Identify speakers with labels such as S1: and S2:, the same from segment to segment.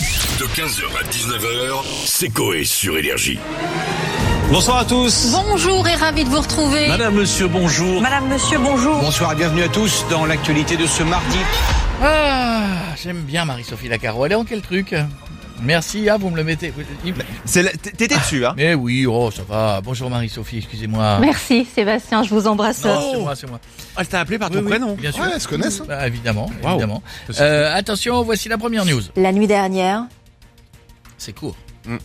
S1: De 15h à 19h, c'est Coé sur Énergie.
S2: Bonsoir à tous.
S3: Bonjour et ravi de vous retrouver.
S2: Madame, monsieur, bonjour.
S3: Madame, monsieur, bonjour.
S4: Bonsoir et bienvenue à tous dans l'actualité de ce mardi.
S5: Ah, j'aime bien Marie-Sophie Lacaro. Elle est en quel truc Merci, ah, vous me le mettez. Il-
S6: C'est la- t- T'étais dessus, hein
S5: Mais oui, oh, ça va. Bonjour Marie-Sophie, excusez-moi.
S3: Merci Sébastien, je vous embrasse.
S5: Non, c'est moi, c'est moi.
S6: Elle t'a
S7: Ah,
S6: appelé par
S5: Oui,
S6: ton
S5: oui,
S6: prénom.
S5: Bien sûr.
S8: Ouais, elles se connaissent. hein.
S5: Bah, évidemment,
S6: Waouh.
S5: évidemment. Euh, attention, voici la première news.
S3: La nuit dernière,
S5: C'est court.
S6: Mm.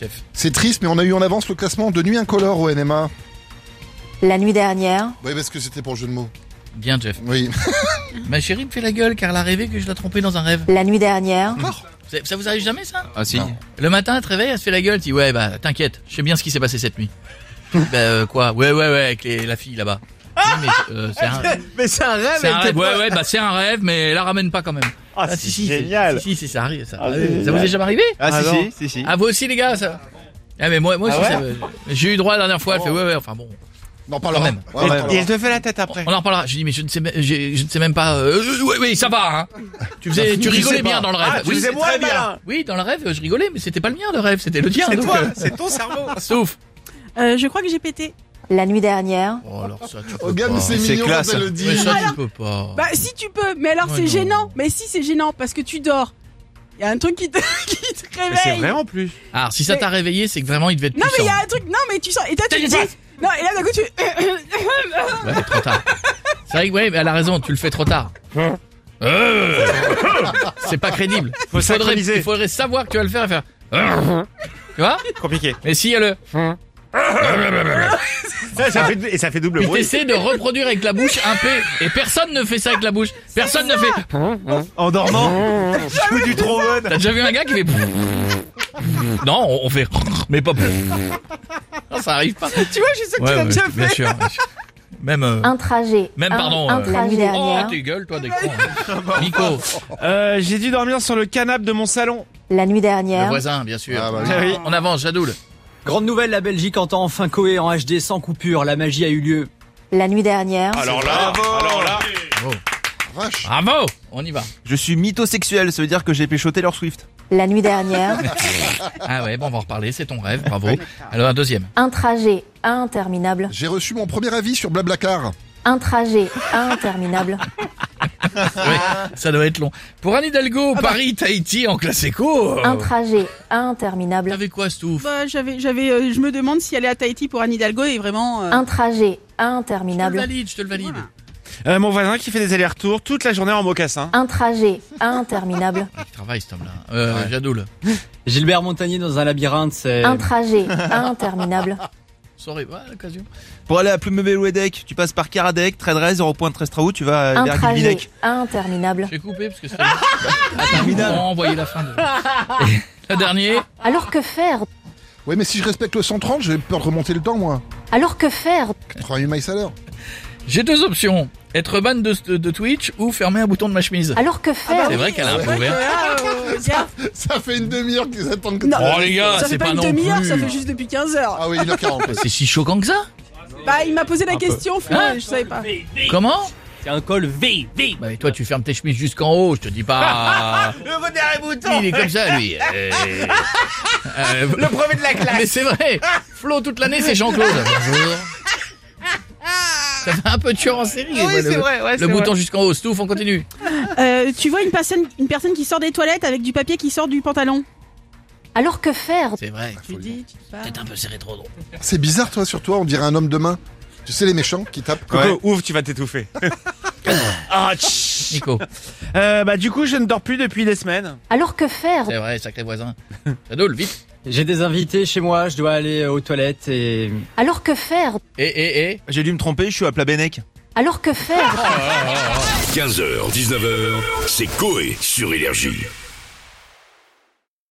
S5: Chef.
S8: C'est triste, mais on a eu en avance le classement de Nuit Incolore au NMA.
S3: la nuit dernière,
S8: Oui, parce que c'était pour le jeu de mots.
S5: Bien, Jeff.
S8: Oui.
S5: Ma chérie me fait la gueule car elle a rêvé que je la trompais dans un rêve.
S3: la nuit dernière,
S5: Ça, ça vous arrive jamais, ça
S6: Ah si.
S5: Non. Le matin, elle te réveille, elle se fait la gueule. Tu dis, ouais, bah, t'inquiète, je sais bien ce qui s'est passé cette nuit. bah, euh, quoi Ouais, ouais, ouais, avec les- la fille là-bas.
S8: Ah
S5: Oui, mais, euh, c'est un-
S6: Ah, Mais c'est un rêve.
S5: C'est un
S6: elle
S5: rêve.
S6: t'est
S5: Ouais,
S6: pas-
S5: ouais, bah c'est un rêve, mais la ramène pas quand même.
S7: Ah, c'est génial.
S5: Si, si, si, ça arrive, ça.
S7: Ah, c'est
S5: Ouais, ça
S7: génial.
S5: vous est jamais arrivé
S6: Ah, si,
S7: Ah,
S6: si, si, si.
S5: Ah, vous aussi, les gars, ça Ah, mais moi, moi aussi,
S7: Ah
S5: ça- j'ai eu droit la dernière fois, elle fait ouais, ouais, enfin bon.
S8: Non, parlera.
S5: Quand même.
S8: Ouais, on en parlera.
S6: Et elle te fait la tête après.
S5: On en reparlera. Je dis, mais je ne sais, même- j'ai- je ne sais même pas. euh, euh, oui, oui, ça va, hein. Tu, faisais, tu
S8: Je sais
S5: rigolais
S8: pas.
S5: bien dans le rêve.
S6: Ah, tu
S5: oui,
S6: faisais
S5: c'est
S6: moi
S5: très
S6: le malin.
S5: bien. Oui, dans le rêve, je rigolais, mais c'était pas le mien, le rêve, c'était le tien.
S6: C'est
S5: donc,
S6: toi,
S5: euh,
S6: c'est ton cerveau.
S5: Sauf.
S9: Euh, je crois que j'ai pété.
S3: la nuit dernière,
S5: Oh, alors ça, tu peux
S8: Regarde, mais
S5: pas.
S8: c'est
S6: C'est
S8: mignon
S6: classe.
S8: quand elle le dit.
S5: Mais ça, tu peux pas.
S9: Bah si tu peux, mais alors
S5: Ouais,
S9: c'est
S5: Oh. non.
S9: gênant. Mais si c'est gênant parce que tu dors. Il y a un truc qui te, qui te
S6: Mais c'est
S9: réveille.
S6: vrai en plus.
S5: Alors, si ça t'a réveillé, c'est que vraiment, il devait être
S9: non mais il y
S5: puissant.
S9: a un truc. Non mais tu sens. Et toi tu
S5: T'as
S9: te
S5: une
S9: dis.
S5: face.
S9: Non et là d'un coup tu.
S5: Ouais, trop tard. C'est vrai que ouais, mais elle a raison, tu le fais trop tard. Euh, c'est pas crédible.
S6: Faut
S5: il, faudrait,
S6: synchroniser.
S5: il faudrait savoir que tu vas le faire et faire. tu vois
S6: Compliqué.
S5: Mais si elle le.
S7: Ça, ça fait, et ça fait double
S5: Tu
S7: bruit.
S5: essaies de reproduire avec la bouche un P. Et personne ne fait ça avec la bouche. Personne ne fait.
S6: En dormant. Je joue du trombone.
S5: T'as déjà vu un gars qui fait. non, on- on fait. Mais pas. non, ça arrive pas.
S9: tu vois je sais que
S5: Ouais,
S9: tu l'as
S5: ouais,
S9: déjà fait.
S5: bien sûr, bien sûr. Même. euh,
S3: un trajet.
S5: Même,
S3: Un-
S5: pardon,
S3: un
S5: euh,
S3: trajet. La nuit
S5: Oh,
S3: dernière,
S5: t'es gueule, toi, des cons. hein. Nico,
S7: Euh, J'ai dû dormir sur le canapé de mon salon.
S3: la nuit
S5: le
S3: dernière,
S5: voisin, bien sûr.
S8: Ah, bah oui.
S7: Ah oui.
S5: On avance, Jadoul.
S10: Grande nouvelle, la Belgique entend enfin Coé en HD sans coupure. La magie a eu lieu.
S3: la nuit dernière,
S5: Ah,
S7: Alors là, alors là.
S8: Vache.
S5: Bravo On y va.
S6: Je suis mythosexuel, ça veut dire que j'ai péchoté leur Swift.
S3: la nuit dernière,
S5: Ah ouais, bon, on va en reparler, c'est ton rêve, bravo. Alors, un deuxième.
S3: un trajet interminable,
S8: J'ai reçu mon premier avis sur Blablacar.
S3: un trajet
S5: Oh.
S3: interminable,
S7: Ah.
S5: Ça doit être long. Pour Anne Hidalgo,
S7: bah.
S5: Paris-Tahiti en classe éco. euh,
S7: Ah.
S3: un trajet interminable,
S5: T'avais quoi, Stouff
S9: Bah, j'avais, j'avais, euh, je me demande si aller à Tahiti pour Anne Hidalgo est vraiment. euh,
S3: un trajet
S5: Je te le
S3: interminable,
S5: valide, je te le valide.
S9: Voilà.
S7: Euh, mon voisin qui fait des allers-retours toute la journée en mocassin.
S3: un trajet interminable,
S5: Il travaille, cet homme-là. Euh, Jadoul.
S10: Gilbert Montagnier dans un labyrinthe, c'est...
S3: un trajet interminable,
S5: Sorry, ouais, l'occasion.
S6: Pour aller à Plumebelouedec, tu passes par Karadec, Trédrez, Europoint, Trestraou, tu vas euh,
S3: un
S6: vers
S3: trajet
S6: Guilvinec.
S3: interminable.
S5: J'ai coupé parce que c'était.
S7: Ah,
S5: Interminable. On envoyé la fin de. Et Le dernier.
S3: Alors que faire
S8: Ouais, mais si je respecte le 130, je vais peur de remonter le temps, moi.
S3: Alors que faire
S8: 88 miles à l'heure.
S5: J'ai deux options. Être ban de, de Twitch ou fermer un bouton de ma chemise.
S7: Ah.
S3: Alors que
S9: bah
S3: faire
S5: Ah bah, C'est vrai qu'elle a un peu ouvert.
S9: Ah, euh, gars,
S8: Ça fait une demi-heure qu'ils attendent que
S9: Non.
S5: Oh les gars,
S9: ça
S5: c'est
S9: fait
S5: pas,
S9: pas une
S5: non
S9: demi-heure,
S5: plus.
S9: ça fait juste depuis 15 heures.
S8: Ah oui, 1h40.
S5: C'est si choquant que ça
S9: Bah, il m'a posé la
S6: Un peu.
S9: question, Flo,
S5: Ah.
S9: et je savais pas.
S5: Comment
S10: c'est un col V, V.
S5: Bah, et toi, tu fermes tes chemises jusqu'en haut, je te dis pas.
S6: Le bon dernier bouton.
S5: Il est comme ça, lui. Euh, euh,
S6: Le premier de la
S5: Mais
S6: classe.
S5: c'est vrai Flo, toute l'année, c'est Jean-Claude. Bonjour. Ça fait un peu tueur en série.
S6: Oui,
S5: quoi, le-
S6: c'est vrai, ouais,
S5: Le
S6: c'est
S5: bouton jusqu'en haut, Stouff, on continue.
S9: Euh, tu vois une personne, une personne qui sort des toilettes avec du papier qui sort du pantalon.
S3: Alors que faire
S5: C'est vrai.
S9: Tu dis, tu parles.
S5: Peut-être un peu serré trop drôle.
S8: C'est bizarre, toi, sur toi, on dirait un homme de main. Tu sais, les méchants qui tapent.
S7: Coco, ouf, tu vas t'étouffer. ah, tch.
S5: Nico,
S7: Euh, bah du coup, je ne dors plus depuis des semaines.
S3: Alors que faire
S5: c'est vrai, sacré voisin. Jadoul, vite.
S10: J'ai des invités chez moi, je dois aller aux toilettes et...
S3: Alors que faire
S5: Et, et, et.
S6: J'ai dû me tromper, je suis à Plabennec.
S3: Alors que faire
S1: 15h, 19h, c'est Coé sur Énergie.